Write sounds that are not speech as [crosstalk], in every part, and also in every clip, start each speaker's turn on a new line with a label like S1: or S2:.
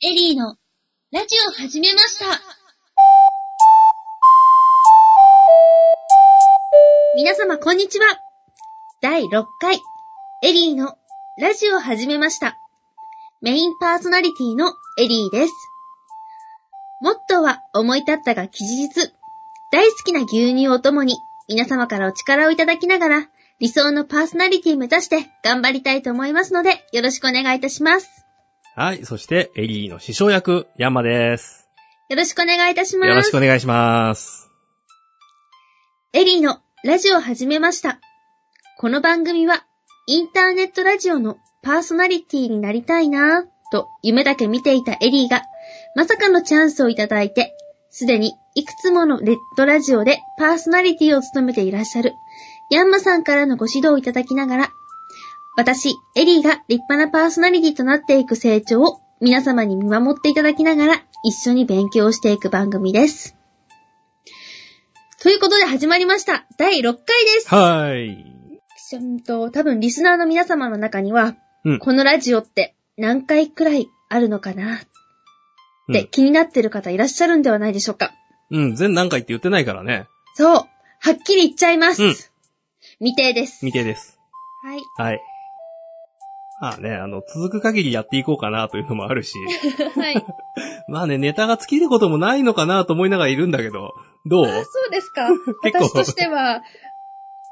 S1: エリーのラジオ始めました。皆様こんにちは。第6回、エリーのラジオ始めました。メインパーソナリティのエリーです。モットーは思い立ったが吉日。大好きな牛乳をともに皆様からお力をいただきながら理想のパーソナリティ目指して頑張りたいと思いますのでよろしくお願いいたします。
S2: はい。そして、エリーの師匠役、ヤンマです。
S1: よろしくお願いいたします。
S2: よろしくお願いします。
S1: エリーのラジオを始めました。この番組はインターネットラジオのパーソナリティになりたいなぁと夢だけ見ていたエリーがまさかのチャンスをいただいてすでにいくつものレッドラジオでパーソナリティを務めていらっしゃるヤンマさんからのご指導をいただきながら私、エリーが立派なパーソナリティとなっていく成長を皆様に見守っていただきながら一緒に勉強していく番組です。ということで始まりました。第6回です。
S2: はーい。
S1: ちゃんと、多分リスナーの皆様の中には、
S2: うん
S1: このラジオって何回くらいあるのかなっ
S2: う
S1: て
S2: ん
S1: 気になってる方いらっしゃるんではないでしょうか。
S2: うん、全何回って言ってないからね。
S1: そう。はっきり言っちゃいます。
S2: うん
S1: 未定です。
S2: 未定です。
S1: はい。
S2: はい。まあね、あの、続く限りやっていこうかなというのもあ
S1: [laughs]
S2: るし、
S1: はい。
S2: まあね、ネタが尽きることもないのかなと思いながらいるんだけど、どう
S1: あそうですか。
S2: [laughs] 結構
S1: 私としては、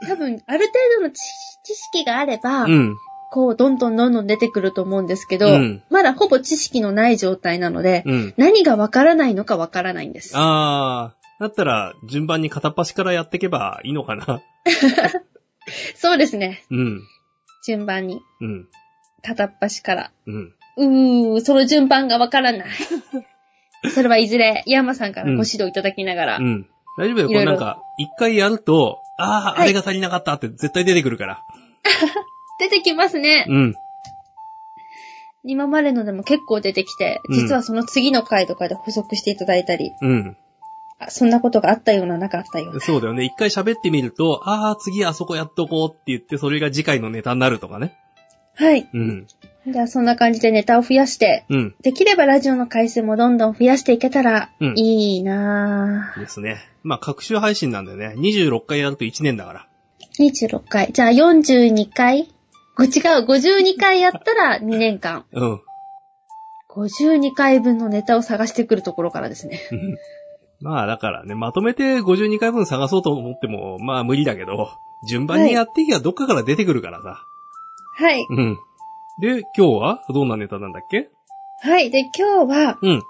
S1: 多分、ある程度の知知識があれば、
S2: うん。
S1: こう、どんどんどんどん出てくると思うんですけど、
S2: うん
S1: まだほぼ知識のない状態なので、
S2: うん。
S1: 何がわからないのかわからないんです。
S2: あー、だったら、順番に片っ端からやっていけばいいのかな。
S1: そうですね。
S2: うん。
S1: 順番に。
S2: うん。
S1: 片っ端から。
S2: うん。
S1: うー、その順番がわからない。
S2: [laughs]
S1: それはいずれ、ヤンマさんからご指導いただきながら。
S2: うん。大丈夫よ。こ
S1: いろい
S2: れ
S1: ろ
S2: なんか、一回やると、あ
S1: は
S2: あ、
S1: い
S2: あれが足りなかったって絶対出てくるから。
S1: 出てきますね。
S2: うん。
S1: 今までのでも結構出てきて、
S2: うん
S1: 実はその次の回とかで補足していただいたり、
S2: うん。
S1: あそんなことがあったような、なかったような。
S2: そうだよね。一回喋ってみると、ああ、次あそこやっとこうって言って、それが次回のネタになるとかね。
S1: はい。
S2: うん。
S1: じゃあそんな感じでネタを増やして、
S2: うん。
S1: できればラジオの回数もどんどん増やしていけたら
S2: うん、
S1: いいなぁ。
S2: ですね。まあ、各種配信なんだよね。26回やると1年だから。
S1: 26回。じゃあ42回ご違う、52回やったら2年間。
S2: うん。
S1: 52回分のネタを探してくるところからですね。
S2: うんまあ、だからね、まとめて52回分探そうと思っても、まあ、無理だけど、順番にやっていけばどっかから出てくるからさ。
S1: はい。
S2: うん。で、今日はどんなネタなんだっけ
S1: はい。で、今日は、
S2: うん。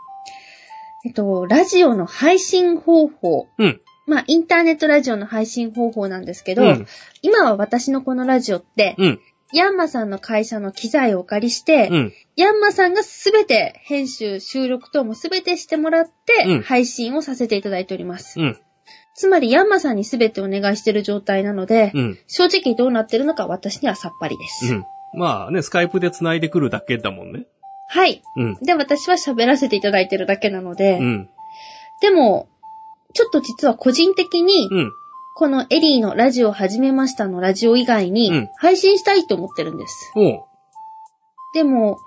S1: えっと、ラジオの配信方法。
S2: うん。
S1: まあ、インターネットラジオの配信方法なんですけど、
S2: うん。
S1: 今は私のこのラジオって、
S2: うん。
S1: ヤンマさんの会社の機材をお借りして、
S2: うん。
S1: ヤンマさんがすべて編集、収録等もすべてしてもらって、
S2: うん
S1: 配信をさせていただいております。
S2: うん。
S1: つまりヤンマさんにすべてお願いしてる状態なので、
S2: うん。
S1: 正直どうなってるのか私にはさっぱりです。
S2: うん。まあね、スカイプで繋いでくるだけだもんね。
S1: はい。
S2: うん。
S1: で、私は喋らせていただいてるだけなので、
S2: うん。
S1: でも、ちょっと実は個人的に、
S2: うん。
S1: このエリーのラジオ始めましたのラジオ以外
S2: う
S1: に
S2: ん、
S1: 配信したいと思ってるんです。
S2: おう。
S1: でも、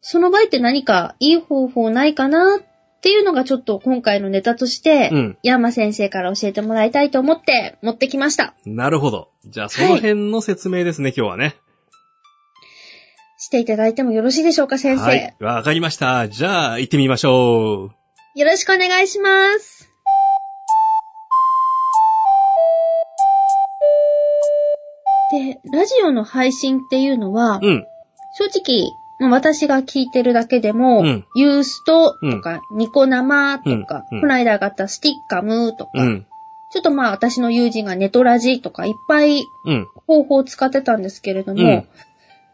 S1: その場合って何かいい方法ないかなっていうのがちょっと今回のネタとして、
S2: うん。
S1: ヤマ先生から教えてもらいたいと思って持ってきました。
S2: なるほど。じゃあ、その辺の説明ですね、今日はね。
S1: していただいてもよろしいでしょうか、先生。
S2: はい。わかりました。じゃあ、行ってみましょう。
S1: よろしくお願いします。で、ラジオの配信っていうのは、
S2: うん。
S1: 正直、まあ私が聞いてるだけでも、
S2: うん
S1: ユーストとか、ニコ生とか、
S2: うんうん
S1: この間上がったスティッカムとか、
S2: うん。
S1: ちょっとまあ私の友人がネトラジとかいっぱい
S2: うん。
S1: 方法を使ってたんですけれども、
S2: うん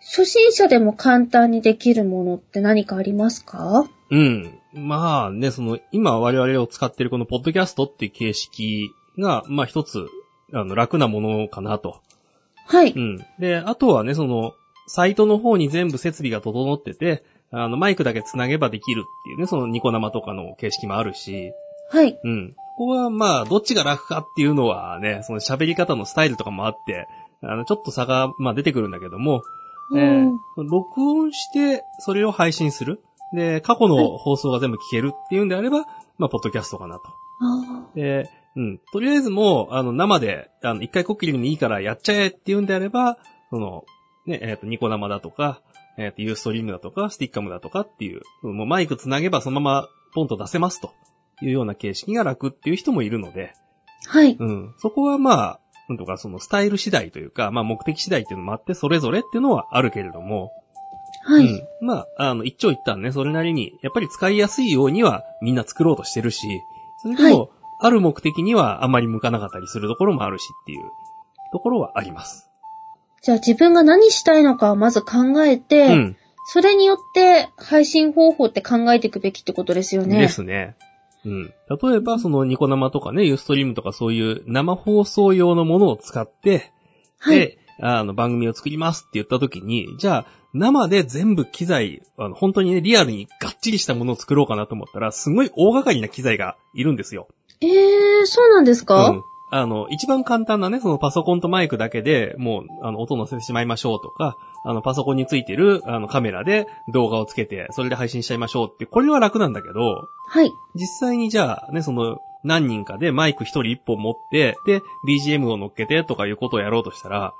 S1: 初心者でも簡単にできるものって何かありますか
S2: うん。まあね、その、今我々を使っているこのポッドキャストっていう形式が、まあ一つ、あの、楽なものかなと。
S1: はい。
S2: うん。で、あとはね、その、サイトの方に全部設備が整ってて、あの、マイクだけ繋げばできるっていうね、そのニコ生とかの形式もあるし、
S1: はい。
S2: うん。ここはまあ、どっちが楽かっていうのはね、その喋り方のスタイルとかもあって、あの、ちょっと差が、まあ出てくるんだけども、えー
S1: うん
S2: 録音して、それを配信する。で、過去の放送が全部聞けるっていうんであれば、まあ、ポッドキャストかなと。
S1: あ
S2: で、うん。とりあえずもう、あの、生で、あの、一回こっきりでもいいからやっちゃえっていうんであれば、その、ね、えっ、と、ニコ生だとか、えっ、と、ユーストリームだとか、スティッカムだとかっていう、もうマイクつなげばそのままポンと出せますというような形式が楽っていう人もいるので、
S1: ーはい。
S2: うん。そこはまあ、なんとかそのスタイル次第というか、まあ目的次第っていうのもあって、それぞれっていうのはあるけれども、
S1: は
S2: う
S1: い。
S2: ん。まあ、あの、一長一短ね、それなりに、やっぱり使いやすいようにはみんな作ろうとしてるし、それでも、ある目的にはあまり向かなかったりするところもあるしっていうところはあります。
S1: じゃあ自分が何したいのかをまず考えて、
S2: うん。
S1: それによって配信方法って考えていくべきってことですよね。
S2: ですね。うん。例えば、そのニコ生とかね、ユーストリームとかそういう生放送用のものを使って、
S1: はい。
S2: で、あの、番組を作りますって言った時に、じゃあ、生で全部機材、あの、本当にね、リアルにがっちりしたものを作ろうかなと思ったら、すごい大掛かりな機材がいるんですよ。
S1: えー、そうなんですか、
S2: うん。あの、一番簡単なね、そのパソコンとマイクだけでもう、あの、音乗せてしまいましょうとか、あの、パソコンについてる、あの、カメラで動画をつけて、それで配信しちゃいましょうって、これは楽なんだけど、
S1: はい。
S2: 実際にじゃあ、ね、その、何人かでマイク一人一本持って、で、BGM を乗っけてとかいうことをやろうとしたら、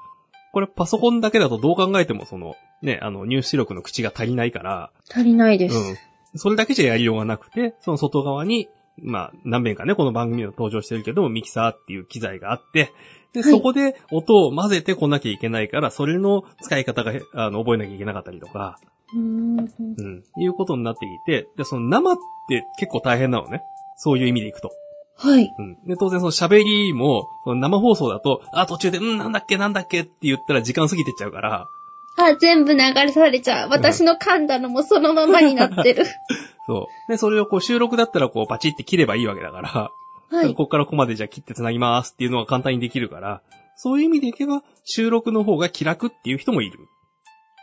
S2: これパソコンだけだとどう考えてもその、ね、あの、入出力の口が足りないから、
S1: 足りないです。
S2: うん。それだけじゃやりようがなくて、その外側に、まあ、何遍かね、この番組でも登場してるけども、ミキサーっていう機材があって、で、
S1: はい
S2: そこで音を混ぜてこなきゃいけないから、それの使い方が、あの、覚えなきゃいけなかったりとか、
S1: うーん
S2: うん、いうことになっていて、で、その生って結構大変なのね。そういう意味でいくと。
S1: はい。
S2: うん。で、当然その喋りも、その生放送だと、あ、途中で、うん、なんだっけ、なんだっけって言ったら時間過ぎてっちゃうから、
S1: あ、全部流されちゃう。私の噛んだのもそのままになってる。
S2: そう。で、それをこう収録だったらこうパチって切ればいいわけだから、
S1: [laughs] はい。
S2: ここからここまでじゃあ切って繋ぎますっていうのが簡単にできるから、そういう意味でいけば収録の方が気楽っていう人もいる。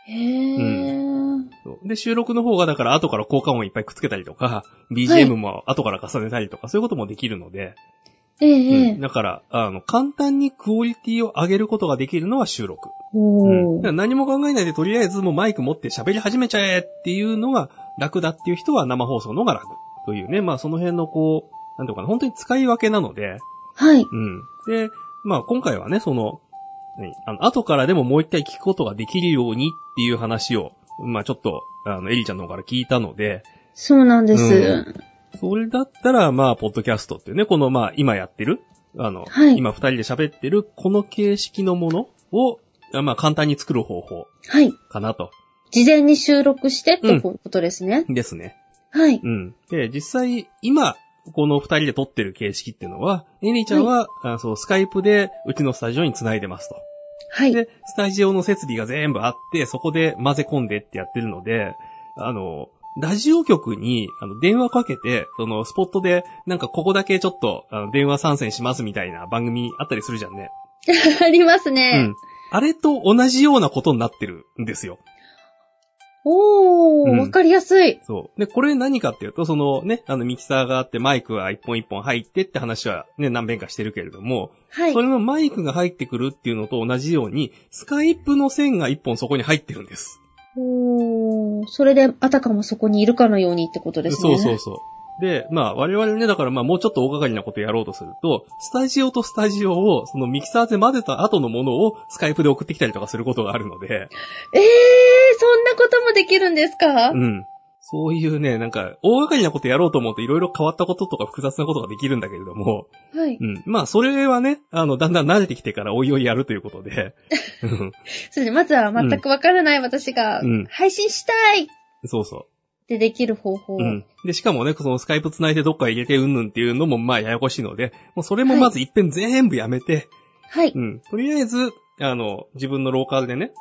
S1: へー。
S2: そうで、収録の方がだから後から効果音いっぱいくっつけたりとか、BGM も後から重ねたりとか、そういうこともできるので、
S1: ええ
S2: うんだから、あの、簡単にクオリティを上げることができるのは収録。う
S1: お
S2: んだか
S1: ー
S2: ら何も考えないでとりあえずもうマイク持って喋り始めちゃえっていうのが楽だっていう人は生放送の方が楽というね、まあその辺のこう、なんていうのかな、本当に使い分けなので、
S1: はい。
S2: うん。で、まあ今回はね、その、何あの、後からでももう一回聞くことができるようにっていう話を、まあちょっと、あの、エリちゃんの方から聞いたので、
S1: そうなんです。
S2: うそれだったら、まあ、ポッドキャストっていうね、このまあ、今やってる、あの、
S1: はい
S2: 今二人で喋ってる、この形式のものを、あまあ、簡単に作る方法
S1: はい。
S2: かなと。
S1: 事前に収録してってことですね。
S2: ですね。
S1: はい。
S2: うん。で、実際、今、この二人で撮ってる形式っていうのは、エリちゃんは、あそう、スカイプで、うちのスタジオに繋いでますと。
S1: はい。
S2: で、スタジオの設備が全部あって、そこで混ぜ込んでってやってるので、あの、ラジオ局に、あの、電話かけて、その、スポットで、なんかここだけちょっと、あの、電話参戦しますみたいな番組あったりするじゃんね。
S1: [laughs] あります
S2: う
S1: ね。
S2: ん。あれと同じようなことになってるんですよ。
S1: お
S2: う
S1: ー、
S2: ん
S1: わかりやすい。
S2: そう。で、これ何かっていうと、そのね、あの、ミキサーがあって、マイクは一本一本入ってって話はね、何遍かしてるけれども、
S1: はい
S2: そ。れのマイクが入ってくるっていうのと同じように、スカイプの線が一本そこに入ってるんです。
S1: おー、それであたかもそこにいるかのようにってことですね。
S2: そうそうそう。で、まあ我々ね、だからまあもうちょっと大掛かりなことやろうとすると、スタジオとスタジオを、そのミキサーで混ぜた後のものをスカイプで送ってきたりとかすることがあるので、
S1: えー、そんなこともできるんですか
S2: うん。そういうね、なんか、大掛かりなことやろうと思っていろいろ変わったこととか複雑なことができるんだけれども、
S1: はい。
S2: うん。まあ、それはね、あの、だんだん慣れてきてからおいおいやるというこ
S1: [laughs]
S2: とで、うん
S1: そうですね。まずは全くわからない私が
S2: うん、
S1: 配信したいっ
S2: そうそ
S1: てできる方法。
S2: う。うん。で、しかもね、そのスカイプ繋いでどっか入れてうんぬんっていうのもまあややこしいので、もうそれもまず一遍全部やめて、
S1: はい。
S2: うん。とりあえず、あの、自分のローカルでね、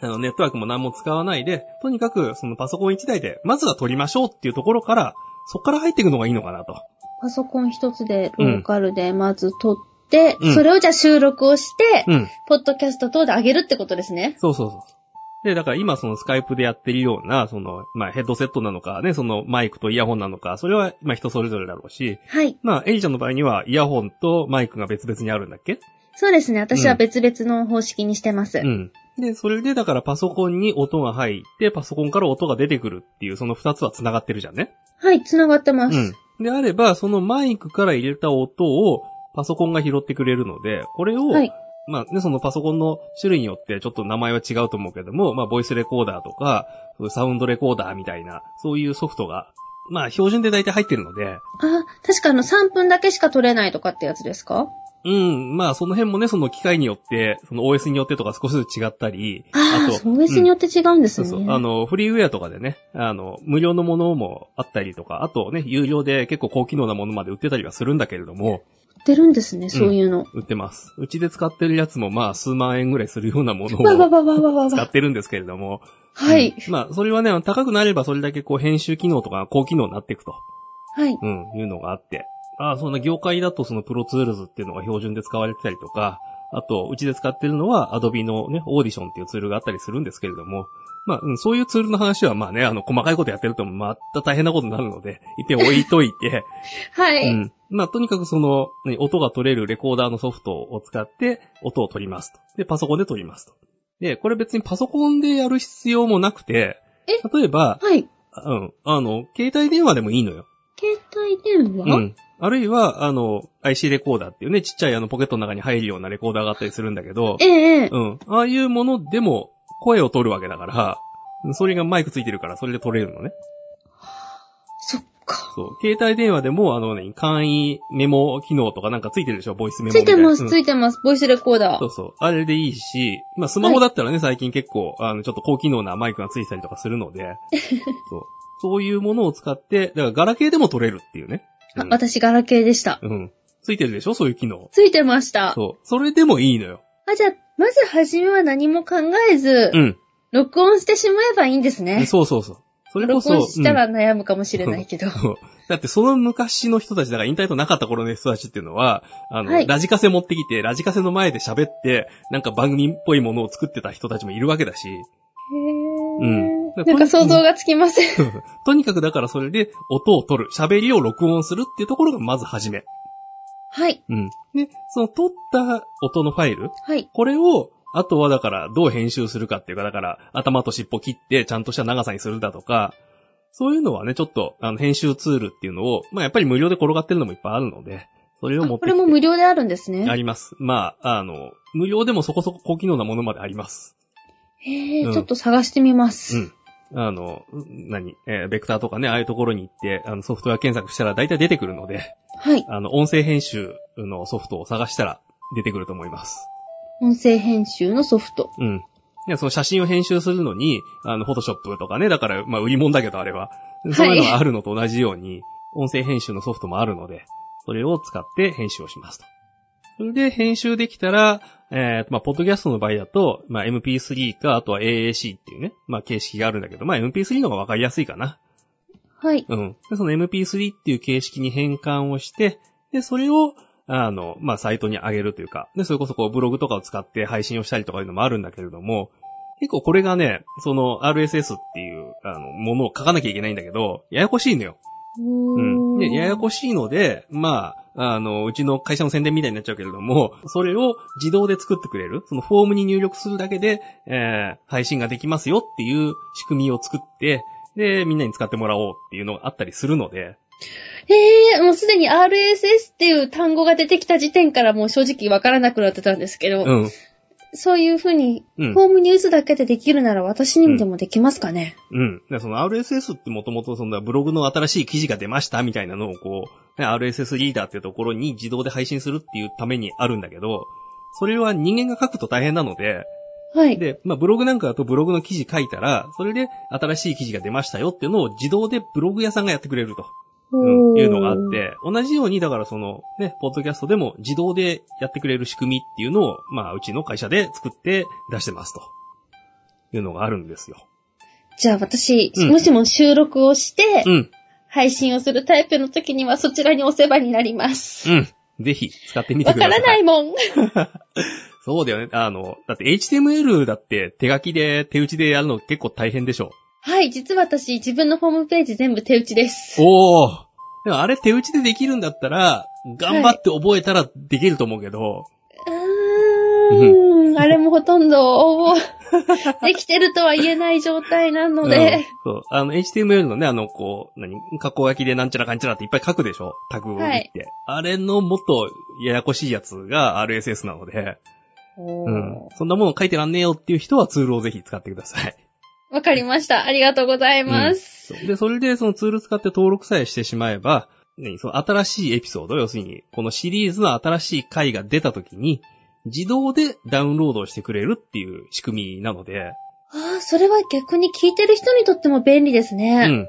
S2: あの、ネットワークも何も使わないで、とにかく、そのパソコン1台で、まずは撮りましょうっていうところから、そこから入っていくのがいいのかなと。
S1: パソコン一つでローカルでまず撮って、
S2: うん
S1: それをじゃあ収録をして、
S2: うん。
S1: ポッドキャスト等で上げるってことですね。
S2: そうそうそう。で、だから今そのスカイプでやってるような、その、まあヘッドセットなのかね、そのマイクとイヤホンなのか、それは、まあ人それぞれだろうし、
S1: はい。
S2: まあエリちゃんの場合にはイヤホンとマイクが別々にあるんだっけ
S1: そうですね。私は別々の方式にしてます。
S2: うん。で、それでだからパソコンに音が入って、パソコンから音が出てくるっていう、その二つは繋がってるじゃんね。
S1: はい、繋がってます。
S2: うん。であれば、そのマイクから入れた音をパソコンが拾ってくれるので、これを、
S1: はい。
S2: まあね、そのパソコンの種類によってちょっと名前は違うと思うけども、まあ、ボイスレコーダーとか、そういうサウンドレコーダーみたいな、そういうソフトが、まあ、標準で大体入ってるので、
S1: あ、確かあの3分だけしか撮れないとかってやつですか
S2: うん、まあ、その辺もね、その機械によって、その OS によってとか少しずつ違ったり、
S1: ああ、
S2: と、
S1: そう、OS によって違うんです
S2: そう
S1: ね。
S2: そう。あの、フリーウェアとかでね、あの、無料のものもあったりとか、あとね、有料で結構高機能なものまで売ってたりはするんだけれども、
S1: 売ってるんですね、そういうの。
S2: 売ってます。うちで使ってるやつもまあ数万円ぐらいするようなもの
S1: わわ
S2: を
S1: わわわわ
S2: 使っ
S1: わ。
S2: てるんですけれども、
S1: はい。
S2: うんまあ、それはね、高くなればそれだけこう編集機能とか高機能になっていくと、
S1: はい。
S2: うん、いうのがあって。ああ、そんな業界だとそのプロツールズっていうのが標準で使われてたりとか、あと、うちで使ってるのは Adobe のね、オーディションっていうツールがあったりするんですけれども、まあ、うん、そういうツールの話はまあね、あの、細かいことやってるとまた大変なことになるので、一遍置いといて、
S1: は
S2: う
S1: い。
S2: ん。まあ、とにかくその、ね音が取れるレコーダーのソフトを使って、音を取りますと。で、パソコンで取りますと。で、これ別にパソコンでやる必要もなくて、
S1: え
S2: 例えば、
S1: はい。
S2: うん、あの、携帯電話でもいいのよ。
S1: 携帯電話、
S2: うん。あるいは、あの、IC レコーダーっていうね、ちっちゃいあのポケットの中に入るようなレコーダーがあったりするんだけど、
S1: ええええ
S2: うん。ああいうものでも声を取るわけだから、それがマイクついてるから、それで取れるのね。
S1: そっか。
S2: そう。携帯電話でも、あのね、簡易メモ機能とかなんかついてるでしょボイスメモ
S1: つ
S2: み
S1: い
S2: た
S1: て
S2: いな。
S1: ます、
S2: うん
S1: ついてます。ボイスレコーダ
S2: そ
S1: ー。
S2: うそう。あれでいいし、まあ、スマホだったらね、最近結構、あの、ちょっと高機能なマイクがついてたりとかする
S1: [laughs]
S2: ので、そう。そういうものを使って、だからガラケーでも撮れるっていうね。う
S1: あ
S2: ん、
S1: 私、ガラケーでした。
S2: うん。ついてるでしょそういう機能。
S1: ついてました。
S2: そう。それでもいいのよ。
S1: あ、じゃあ、まずはじめは何も考えず、
S2: うん。
S1: 録音してしまえばいいんですね。
S2: そうそうそう。それこ
S1: 録
S2: そ、
S1: 音したら悩むかもしれないけど。
S2: うんだってその昔の人たち、だからインターネットなかった頃の人たちっていうのは、あの、
S1: はい
S2: ラジカセ持ってきて、ラジカセの前で喋って、なんか番組っぽいものを作ってた人たちもいるわけだし、
S1: へ
S2: うん
S1: ー。なんか想像がつきません。
S2: とにかくだからそれで音を取る、喋りを録音するっていうところがまず始め。
S1: はい、
S2: うん。で、その取った音のファイル、
S1: はい。
S2: これを、あとはだからどう編集するかっていうか、だから頭と尻尾切ってちゃんとした長さにするだとか、そういうのはね、ちょっと、あの、編集ツールっていうのを、まあやっぱり無料で転がってるのもいっぱいあるので、それを持っ
S1: こ
S2: てき
S1: れ
S2: て
S1: も無料であるんです
S2: あ
S1: ね。
S2: ります。まあ、あの、無料でもそこそこ高機能なものまであります。
S1: へ
S2: うん
S1: ー、ちょっと探してみます。
S2: うん。あの、何えーベクターとかね、ああいうところに行って、あの、ソフトウェア検索したら大体出てくるので、
S1: はい。
S2: あの、音声編集のソフトを探したら出てくると思います。
S1: 音声編集のソフト。
S2: うん。いや、その写真を編集するのに、あの、フォトショップとかね、だから、まあ、売り物だけどあれは、そういうのがあるのと同じように、音声編集のソフトもあるので、それを使って編集をしますと。それで編集できたら、えー、まあ、ポッドキャストの場合だと、まあ、MP3 か、あとは AAC っていうね、まあ、形式があるんだけど、まあ、MP3 の方がわかりやすいかな。
S1: はい。
S2: うん。で、その MP3 っていう形式に変換をして、で、それを、あの、まあ、サイトに上げるというか、で、それこそこうブログとかを使って配信をしたりとかいうのもあるんだけれども、結構これがね、その RSS っていう、あの、ものを書かなきゃいけないんだけど、ややこしいのよ。うん。で、ややこ
S1: しい。
S2: しいので、まあ、あの、うちの会社の宣伝みたいになっちゃうけれども、それを自動で作ってくれる、そのフォームに入力するだけで、えー配信ができますよっていう仕組みを作って、で、みんなに使ってもらおうっていうのがあったりするので、
S1: へー、もうすでに RSS っていう単語が出てきた時点からもう正直わからなくなってたんですけど、
S2: うん。
S1: そういう風に、
S2: うん
S1: フォームに打つだけでできるなら私にでもできますかね。
S2: うん。でその RSS ってもともとそのブログの新しい記事が出ましたみたいなのをこう、ね RSS リーダーっていうところに自動で配信するっていうためにあるんだけど、それは人間が書くと大変なので、
S1: はい。
S2: で、まあ、ブログなんかだとブログの記事書いたら、それで新しい記事が出ましたよっていうのを自動でブログ屋さんがやってくれると、うん
S1: おー
S2: いうのがあっ。て、同じようにだからそのね、ポッドキャストでも自動でやってくれる仕組みっていうのを、まあ、うちの会社で作って出してますと。いうのがあるんですよ。
S1: じゃあ私、
S2: うん
S1: もしも収録をして、
S2: うん。
S1: 配信をするタイプの時にはそちらにお世話になります。
S2: うん。ぜひ使ってみて
S1: わ
S2: くだ
S1: か
S2: さい。
S1: らないもん。
S2: そうだよね。あの、だって HTML だって手書きで手打ちでやるの結構大変でしょ。
S1: はい、実は私、自分のホームページ全部手打ちです。
S2: おお。でもあれ手打ちでできるんだったら、頑張って覚えたらできると思うけど、
S1: うーん、あれもほとんど応募 [laughs] できてるとは言えない状態なの
S2: うん
S1: で、
S2: そう。あの、HTML のね、あの、こう、何、加工焼きでなんちゃらかんちゃらっていっぱい書くでしょタグを打って。
S1: はい
S2: あれのもっとややこしいやつが RSS なので、
S1: お
S2: う
S1: ー
S2: ん。そんなもの書いてらんねえよっていう人はツールをぜひ使ってください。
S1: わかりました。ありがとうございます。
S2: で、それでそのツール使って登録さえしてしまえば、ね、その新しいエピソード、要するに、このシリーズの新しい回が出た時に、自動でダウンロードしてくれるっていう仕組みなので、
S1: ああ、それは逆に聞いてる人にとっても便利です
S2: う
S1: ね。
S2: ん。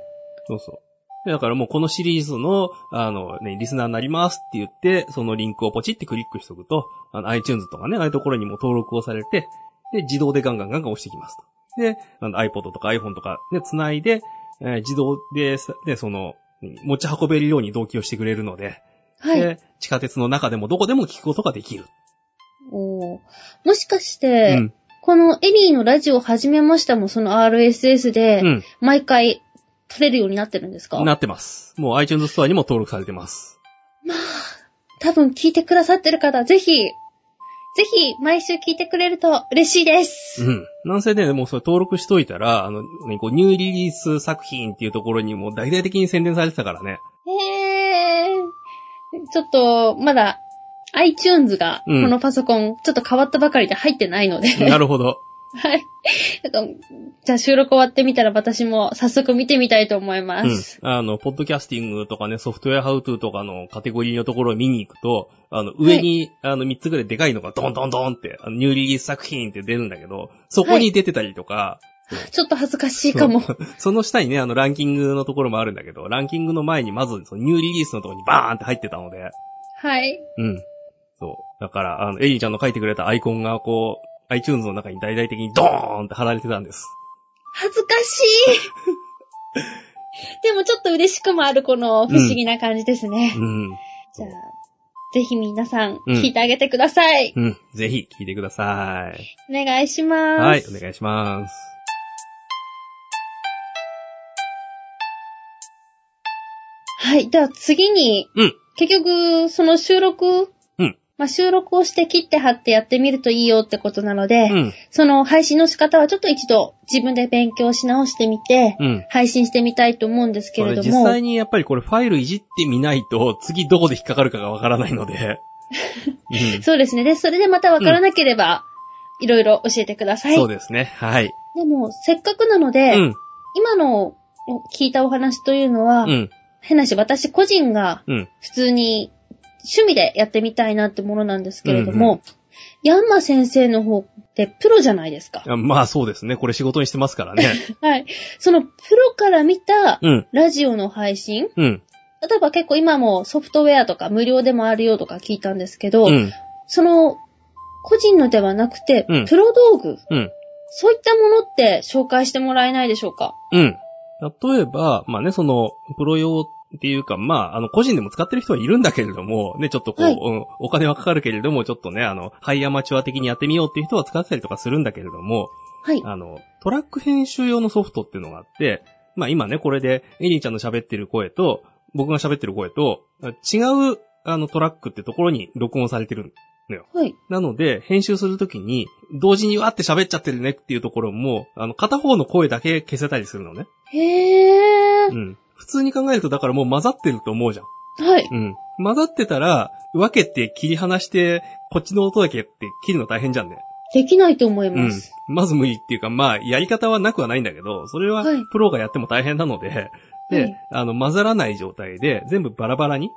S2: そうそう。でだからもうこのシリーズの、あのね、リスナーになりますって言って、そのリンクをポチってクリックしとくと、あの iTunes とかね、ああいうところにも登録をされて、で、自動でガンガンガンガン押してきますと。で、あの iPod とか iPhone とかで繋いで、えー自動でさ、で、その、持ち運べるように同期をしてくれるので、
S1: はい。
S2: で地下鉄の中でもどこでも聞くことができる。
S1: おーもしかし
S2: う
S1: て、
S2: ん。
S1: このエリーのラジオ始めましたもその RSS で、
S2: うん。
S1: 毎回取れるようになってるんですか
S2: なってます。もう iTunes ストアにも登録されてます。
S1: 多分聞いてくださってる方、ぜひ、ぜひ毎週聞いてくれると嬉しいです。
S2: うん。なんせね、もうそれ登録しといたら、あの、ね、こう、ニューリリース作品っていうところにもう大々的に宣伝されてたから [laughs] ね。
S1: えー、ちょっと、まだ、iTunes が、こ
S2: うん
S1: のパソコン、ちょっと変わったばかりで入ってないので、
S2: なるほど。
S1: [laughs] はい。なんかじゃあ収録終わってみたら私も早速見てみたいと思いま
S2: うん
S1: す。。
S2: あの、ポッドキャスティングとかね、ソフトウェアハウトゥーとかのカテゴリーのところを見に行くと、あの、上に、あの、3つぐらいでかいのがドンドンドンって、あのニューリリース作品って出るんだけど、そこに出てたりとか、
S1: ちょっと恥ずかしいかも。
S2: その下にね、あの、ランキングのところもあるんだけど、ランキングの前にまず、そのニューリリースのところにバーンって入ってたので、
S1: はい。
S2: うん。そう。だから、あの、エリーちゃんの書いてくれたアイコンが、こう、iTunes の中に大々的にドーンって貼られてたんです。
S1: 恥ずかしい
S2: [laughs]
S1: でもちょっと嬉しくもあるこの不思議な感じですね。
S2: うん。
S1: じ
S2: そ
S1: ゃ
S2: う
S1: あ、ぜひ皆さん
S2: うん
S1: 聞いてあげてください。
S2: うん。ぜひ、聞いてください。
S1: お願いします。
S2: はい、お願いします。
S1: はい。では次に、
S2: うん
S1: 結局、その収録、
S2: うん
S1: まあ、収録をして切って貼ってやってみるといいよってことなので、
S2: うん。
S1: その配信の仕方はちょっと一度自分で勉強し直してみて、
S2: うん。
S1: 配信してみたいと思うんですけ
S2: こ
S1: れ
S2: れ
S1: ど
S2: 実
S1: も、
S2: 際にやっぱりこれファイルいじってみないと、次どこで引っかかるかがわからない
S1: [laughs]
S2: ので。うん
S1: そうですね。で、それでまたわからなければ、いろいろ教えてください。
S2: そう
S1: で
S2: ですね。はい。
S1: も、せっかくなの
S2: う
S1: で、
S2: ん。
S1: 今の聞いたお話というのは、
S2: うん。
S1: 変なし、私個人が
S2: うん。
S1: 普通に趣味でやってみたいなってものなんですけれども、
S2: う
S1: ヤンマ先生の方ってプロじゃないですか。
S2: あまあそうですね。これ仕事にしてますから
S1: [laughs]
S2: ね。
S1: はい。そのプロから見た
S2: うん。
S1: ラジオの配信、
S2: うん。
S1: 例えば結構今もソフトウェアとか無料でもあるよとか聞いたんですけど、
S2: うん。
S1: その個人のではなくて、
S2: うん
S1: プロ道具、
S2: うん。
S1: そういったものって紹介してもらえないでしょうか
S2: うん。例えば、まあね、その、プロ用っていうか、まあ、あの、個人でも使ってる人はいるんだけれども、ね、ちょっとこう、
S1: はい
S2: うんお金はかかるけれども、ちょっとね、あの、ハイアマチュア的にやってみようっていう人は使ってたりとかするんだけれども、
S1: はい。
S2: あの、トラック編集用のソフトっていうのがあって、まあ今ね、これで、エリーちゃんの喋ってる声と、僕が喋ってる声と、違う、あの、トラックってところに録音されてる
S1: はい。
S2: なので、編集するときに、同時にわーって喋っちゃってるねっていうところも、あの、片方の声だけ消せたりするのね。
S1: へー
S2: う。ん。普通に考えると、だからもう混ざってると思うじゃん。
S1: はい。
S2: うん。混ざってたら、分けて切り離して、こっちの音だけって切るの大変じゃんね。
S1: できないと思いうま
S2: ん
S1: す。。
S2: まず無理っていうか、まあ、やり方はなくはないんだけど、それは
S1: はい
S2: プロがやっても大変なので、で、
S1: はい
S2: あの、混ざらない状態で、全部バラバラに、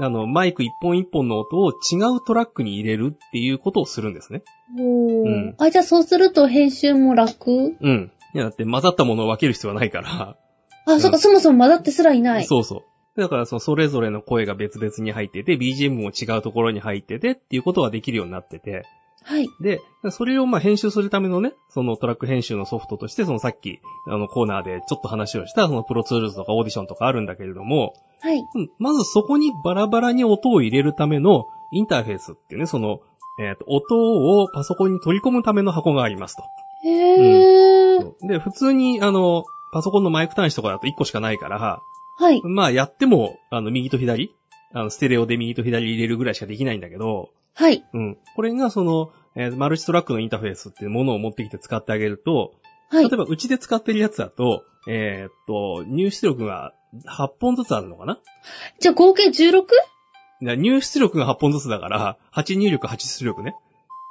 S2: あの、マイク一本一本の音を違うトラックに入れるっていうことをするんですね。
S1: おー
S2: うん
S1: あ、じゃあそうすると編集も楽
S2: うん。いや、だって混ざったものを分ける必要はないから。
S1: あ、
S2: ん
S1: そっか、そもそも混ざってすらいない。
S2: そうそう。だから、その、それぞれの声が別々に入ってて、BGM も違うところに入ってて、っていうことができるようになってて。
S1: はい。
S2: で、それをまあ編集するためのね、そのトラック編集のソフトとして、そのさっき、あのコーナーでちょっと話をした、そのプロツールズとかオーディションとかあるんだけれども、
S1: はい。
S2: うんまずそこにバラバラに音を入れるためのインターフェースっていうね、その、えっ、と、音をパソコンに取り込むための箱がありますと。
S1: へー。
S2: で、普通に、あの、パソコンのマイク端子とかだと1個しかないから、
S1: はい。
S2: まあやっても、あの、右と左あの、ステレオで右と左入れるぐらいしかできないんだけど、
S1: はい。
S2: うん。これがその、えーマルチトラックのインターフェースっていうものを持ってきて使ってあげると、
S1: は
S2: 例
S1: い
S2: え。ばうちで使ってるやつだと、えーっと、入出力が8本ずつあるのかな
S1: じゃあ合計 16?
S2: だから入出力が8本ずつだから、8入力、8出力ね。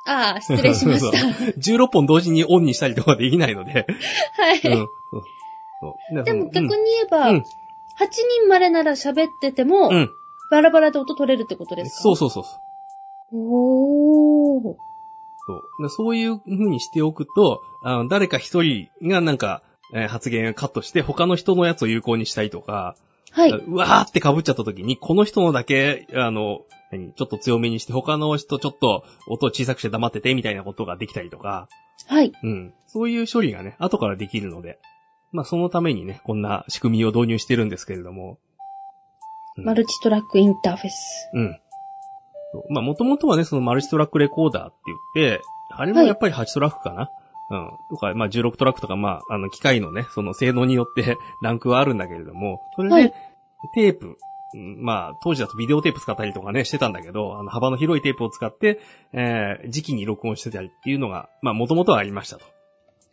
S1: ああ、失礼しまし
S2: そ
S1: た。
S2: 16本同時にオンにしたりとかできないの
S1: [laughs] は
S2: で。うん
S1: い。
S2: そうそう
S1: でも逆に言
S2: に
S1: えば、
S2: うん
S1: 8人までなら喋ってても、
S2: うん。
S1: バラバラで音取れるってことですか
S2: そうそうそうそ
S1: う。
S2: う。
S1: おー。
S2: そうでそういう風にしておくと、あの誰か一人がなんか、えー発言をカットして、他の人のやつを有効にしたいとか、。
S1: はいう
S2: わーって被っちゃった時に、この人のだけ、あの、何ちょっと強めにして、他の人ちょっと音を小さくして黙ってて、みたいなことができたりとか、
S1: はい。
S2: うん。そういう処理がね、後からできるので。まあ、そのためにね、こんな仕組みを導入してるんですけれども。うん
S1: マルチトラックインターフェース。
S2: うん。そうまあ、もともとはね、そのマルチトラックレコーダーって言って、あれもやっぱり8トラックかな、うん。とか、まあ、16トラックとか、まあ、あの、機械のね、その性能によって [laughs] ランクはあるんだけれども、それで、
S1: はい
S2: テープ、うんまあ、当時だとビデオテープ使ったりとかね、してたんだけど、あの、幅の広いテープを使って、えー、時期に録音してたりっていうのが、まあ、もともとはありましたと。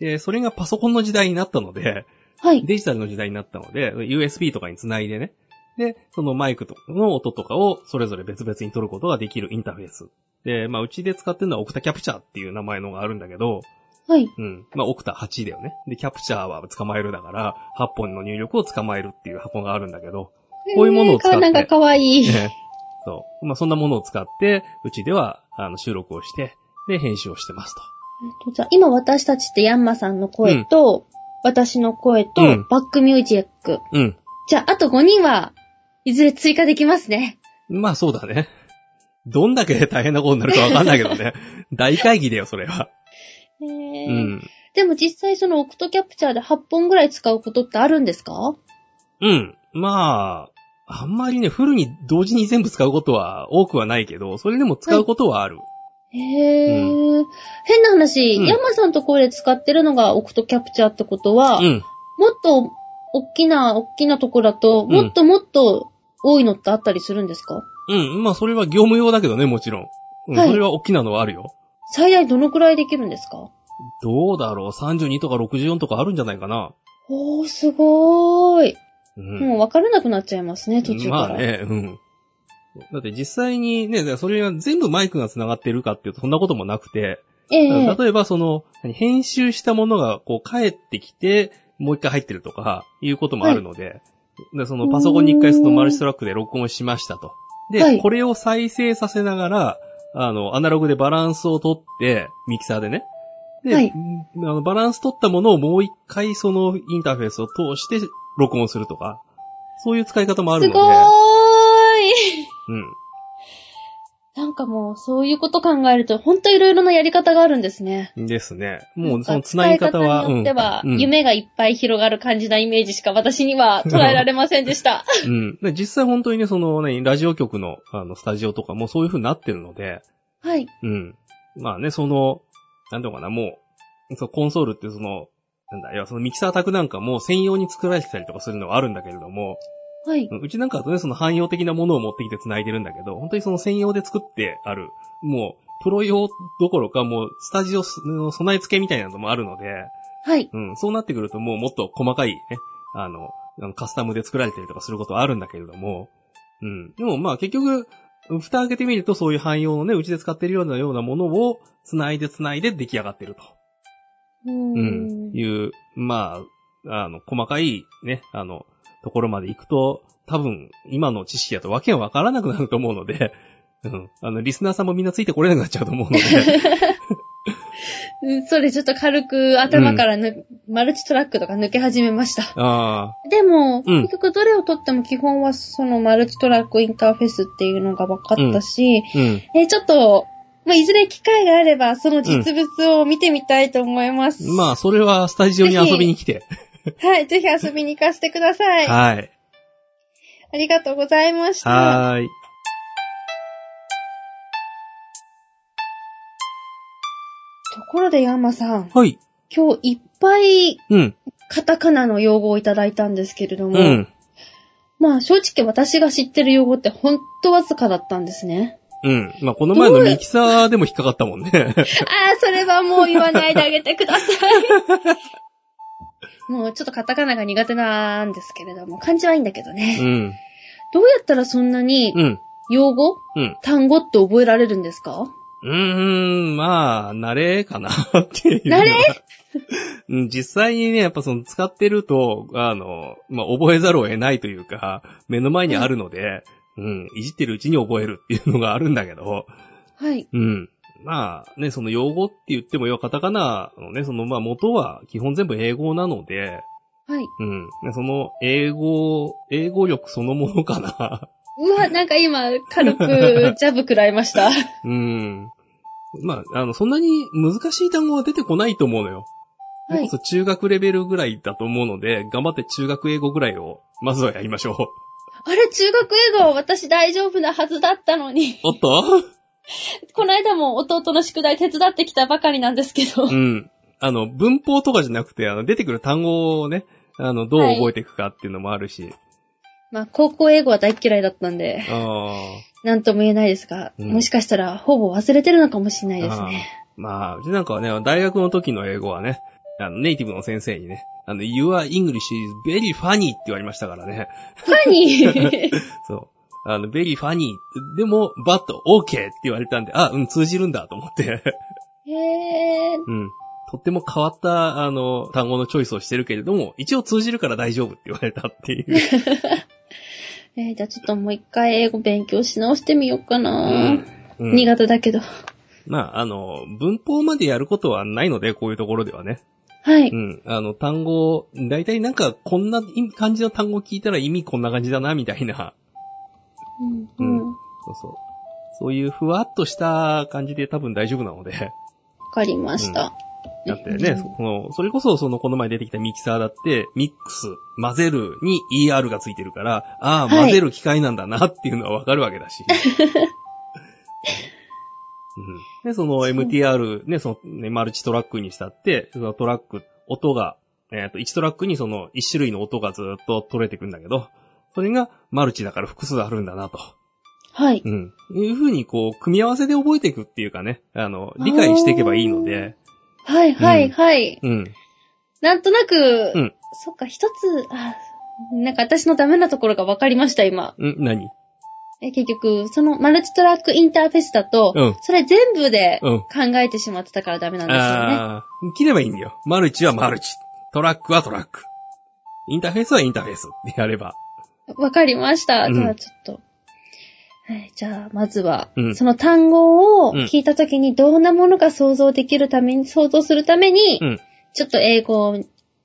S2: で、それがパソコンの時代になったので、
S1: はい。
S2: デジタルの時代になったので、USB とかにつないでね、で、そのマイクとの音とかをそれぞれ別々に撮ることができるインターフェース。で、まあ、うちで使ってるのはオクタキャプチャーっていう名前のがあるんだけど、
S1: はい。
S2: うん。まあ、オクタ8だよね。で、キャプチャーは捕まえるだから、8本の入力を捕まえるっていう箱があるんだけど、こういうものを使って
S1: えーなんか可愛い。
S2: ねそう。まあ、そんなものを使って、うちでは、あの、収録をして、で、編集をしてますと。
S1: えっとじゃあ今私たちってヤンマさんの声と、私の声と、
S2: うん
S1: バックミュージック。
S2: うん。
S1: じゃああと5人はいずれ追加できますね。
S2: まあ、そうだね。どんだけ大変なことになるかわかんないけどね。大会議だよ、それは。
S1: へー
S2: うん。
S1: でも実際そのオクトキャプチャーで8本ぐらい使うことってあるんですか
S2: うん。まあ、あんまりね、フルに同時に全部使うことは多くはないけど、それでも使うことはある。
S1: へえ、変な話、
S2: うん
S1: ヤンマさんと声で使ってるのがオクトキャプチャーってことは、
S2: うん。
S1: もっと大きな、大きなとこだと、もっともっと多いのってあったりするんですか、
S2: うん。まあ、それは業務用だけどね、もちろん。うん、
S1: はい
S2: それは大きなのはあるよ。
S1: 最大どのくらいできるんですか
S2: どうだろう ?32 とか64とかあるんじゃないかな。
S1: おー、すごーい。
S2: うん。
S1: もう分からなくなっちゃいますね、途中から。
S2: まあね、うん。だって実際にね、だからそれが全部マイクが繋がってるかっていうとそんなこともなくて、
S1: ええ
S2: 例えばその、何編集したものがこう帰ってきて、もう一回入ってるとか、いうこともあるので、でそのパソコンに一回そのマルチトラックで録音しましたと。で、
S1: はい
S2: これを再生させながら、あの、アナログでバランスを取って、ミキサーでね。で、
S1: はい
S2: あのバランス取ったものをもう一回そのインターフェースを通して録音するとか、そういう使い方もある
S1: す
S2: ので。
S1: ごーい。
S2: うん。
S1: なんかもう、そういうこと考えると、ほんといろいろなやり方があるんですね。
S2: ですね。もうその繋ぎ方は、
S1: 使いによっては、
S2: うん、
S1: 夢がいっぱい広がる感じなイメージしか私には捉えられませんでした。
S2: うん。で実際本当にね、そのね、ラジオ局の、あの、スタジオとかもそういう風になってるので、
S1: はい。
S2: うん。まあね、その、なんていうのかな、もう、そう、コンソールってその、なんだ、いや、そのミキサー卓なんかも専用に作られてたりとかするのはあるんだけれども、
S1: はい。
S2: うんうちなんかだとね、その汎用的なものを持ってきて繋いでるんだけど、本当にその専用で作ってある、もう、プロ用どころか、もう、スタジオすの備え付けみたいなのもあるので、
S1: はい。
S2: うん、そうなってくるともうもっと細かいね、あの、あのカスタムで作られたりとかすることはあるんだけれども、うん。でもまあ結局、蓋開けてみるとそういう汎用のね、うちで使ってるようなようなものを繋いで繋いで出来上がってると。
S1: うー
S2: う
S1: ん。
S2: ん。いう、まあ、あの、細かいね、あの、ところまで行くと、多分、今の知識だとわけがわからなくなると思うので、 [laughs] うん。あの、リスナーさんもみんなついてこれなくなっちゃうと思うの [laughs] で、
S1: うんそれちょっと軽く頭からぬ、マルチトラックとか抜け始めました。
S2: ああ、
S1: でも、
S2: うん
S1: 結局どれを取っても基本はそのマルチトラックインターフェースっていうのが分かったし、
S2: うん。
S1: えーちょっと、まあ、いずれ機会があればその実物を見てみたいと思います。
S2: まあ、それはスタジオに遊びに来て。
S1: はい、ぜひ遊びに行かせてください。あ
S2: はい。
S1: りがとうございました。
S2: はーい。
S1: ところでヤンマさん、
S2: はい。
S1: 今日いっぱい
S2: うん。
S1: カタカナの用語をいただいたんですけれども、
S2: うん。
S1: まあ正直私が知ってる用語ってほんとわずかだったんですね。
S2: うん。まあ、この前のミキサーでも引っかかったもん
S1: [laughs]
S2: ね。
S1: ああ、それはもう言わないであげてください。 [laughs] もうちょっとカタカナが苦手なんですけれども、漢字はいいんだけどね。
S2: うん。
S1: どうやったらそんなに
S2: うん。
S1: 用語、
S2: うん
S1: 単語って覚えられるんですか
S2: うーん、まあ、慣れかな [laughs] っていうのは。
S1: 慣れ
S2: うん実際にね、やっぱその使ってると、あの、まあ、覚えざるを得ないというか、目の前にあるので、うん、いじってるうちに覚えるっていうのがあるんだけど、
S1: はい。
S2: うん。まあ、ね、その用語って言っても、要はカタカナのね、そのまあ元は基本全部英語なので、
S1: はい。
S2: うん。ねその英語、英語力そのものかな。 [laughs]
S1: うわ、なんか今、軽くジャブ食らいました。
S2: うん。まあ、あの、そんなに難しい単語は出てこないと思うのよ。そ
S1: は
S2: れ
S1: い
S2: こそ。中学レベルぐらいだと思うので、頑張って中学英語ぐらいを、まずはやりましょう。
S1: あれ、中学英語は私大丈夫なはずだったのに、 [laughs]
S2: おっと
S1: この間も弟の宿題手伝ってきたばかりなんですけど
S2: う。ん。あの、文法とかじゃなくて、あの、出てくる単語をね、あの、どう覚えていくかっていうのもあるし。
S1: まあ、高校英語は大っ嫌いだったんで、
S2: あ
S1: なんとも言えないですが、
S2: うん
S1: もしかしたらほぼ忘れてるのかもしれないですね。
S2: ーまあ、うちなんかはね、大学の時の英語はね、あの、ネイティブの先生にね、あの、your English is very funny って言われましたからね。 [laughs]
S1: 何
S2: そう。あの、very funny。でも、but okay って言われたんで、あ、うん、通じるんだと思って。 [laughs]
S1: へー。
S2: うん。とっても変わった、あの、単語のチョイスをしてるけれども、一応通じるから大丈夫って言われたっ
S1: [laughs]
S2: ていう。
S1: えー、じゃあちょっともう一回英語勉強し直してみようか
S2: う
S1: な、
S2: ん。うん
S1: 苦手だけど。
S2: まあ、あの、文法までやることはないので、こういうところではね。
S1: はい。
S2: うん。あの、単語、大体なんか、こんな感じの単語聞いたら意味こんな感じだな、みたいな。
S1: うん
S2: うん
S1: わ
S2: そうそう。そういうふわっとした感じで多分大丈夫なので。
S1: かりました。
S2: だって
S1: う
S2: ね、
S1: ん
S2: その、それこそ、その、この前出てきたミキサーだって、ミックス、混ぜるに ER がついてるから、あ
S1: は
S2: あ、
S1: い
S2: 混ぜる機械なんだなっていうのはわかるわけだ
S1: [laughs]
S2: し。うん、で、その MTR、ね、その、ね、マルチトラックにしたって、そのトラック、音が、えっ、と、1トラックにその、1種類の音がずっと取れてくんだけど、それがマルチだから複数あるんだなと。
S1: はい。
S2: うん。いうふうに、こう、組み合わせで覚えていくっていうかね、あの、理解していけばいいので、
S1: はい、はい、はい。
S2: うん。
S1: なんとなく、
S2: うん
S1: そっか、一つ、あなんか私のダメなところがわかりました、今。
S2: うん、何
S1: え結局、そのマルチトラックインターフェースだと、
S2: うん
S1: それ全部で
S2: うん
S1: 考えてしまってたからダメなんですよね。
S2: ああー、切ればいいんだよ。マルチはマルチ。トラックはトラック。インターフェースはインターフェースってやれば。
S1: わかりました。
S2: うん
S1: じゃあちょっと。はい、じゃあ、まずは、
S2: うん
S1: その単語を
S2: うん
S1: 聞いたときにどんなものか想像できるために、想像するために、
S2: うん
S1: ちょっと英語を
S2: う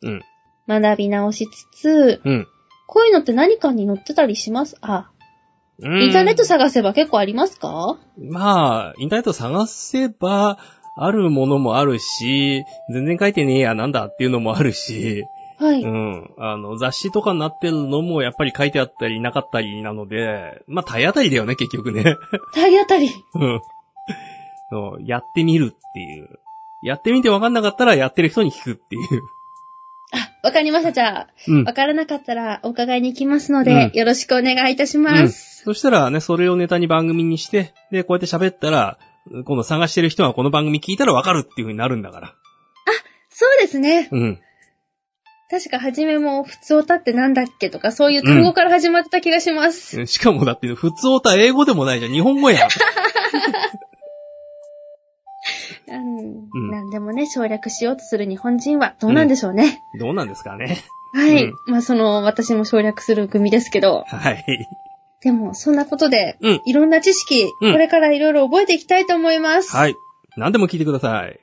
S2: ん。
S1: 学び直しつつ、
S2: うん。
S1: こういうのって何かに載ってたりしますあ、インターネット探せば結構ありますか
S2: まあ、インターネット探せば、あるものもあるし、全然書いてねえや、なんだっていうのもあるし、。
S1: はいう
S2: ん。あの、雑誌とかになってるのもやっぱり書いてあったりなかったりなので、まあ、体当たりだよね、結局ね。
S1: 体当たり。
S2: うん。そうやってみるっていう。やってみてわかんなかったらやってる人に聞くっていう。
S1: あ、わかりました。じゃあ、
S2: うん
S1: わ。からなかったらお伺いに行きますので、
S2: うん
S1: よろしくお願いいたします。
S2: そしたらね、それをネタに番組にして、で、こうやって喋ったら、今度探してる人はこの番組聞いたらわかるっていう風になるんだから。
S1: そうですね。
S2: うん。
S1: 確か、はじめも、普通歌ってなんだっけとか、そういう単語から始まってた気がします。
S2: しかもだって、普通歌英語でもないじゃん。日本語やん。
S1: うん
S2: うん
S1: 何でもね、省略しようとする日本人は、どうなんでしょうね。
S2: どうなんですか [laughs] ね。
S1: はい。
S2: うん
S1: まあ、その、私も省略する組ですけど、
S2: はい。
S1: でも、そんなことで、
S2: うん。
S1: いろんな知識、
S2: うん
S1: これからいろいろ覚えていきたいと思います。
S2: はい。何でも聞いてください。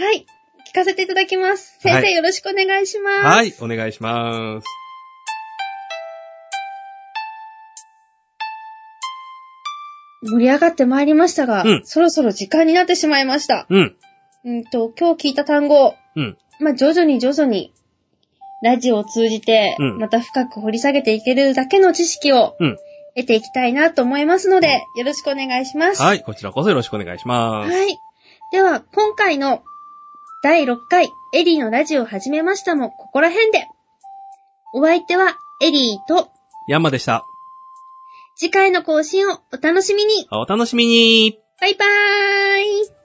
S1: はい。聞かせていただきます。先生、
S2: はい
S1: よろしくお願いします。
S2: はい。お願いします。
S1: 盛り上がってまいりましたが、
S2: うん
S1: そろそろ時間になってしまいました。
S2: うん。
S1: うんと、今日聞いた単語、
S2: うん。
S1: まあ、徐々に徐々に、ラジオを通じて、
S2: うん
S1: また深く掘り下げていけるだけの知識を
S2: うん。
S1: 得ていきたいなと思いますので、よろしくお願いします。
S2: はい。こちらこそよろしくお願いします。
S1: はい。では、今回の第6回エリーのラジオを始めましたも、ここら辺で。お相手はエリーと、
S2: ヤンマでした。次回の更新をお楽しみに
S1: お楽しみに
S2: バイバーイ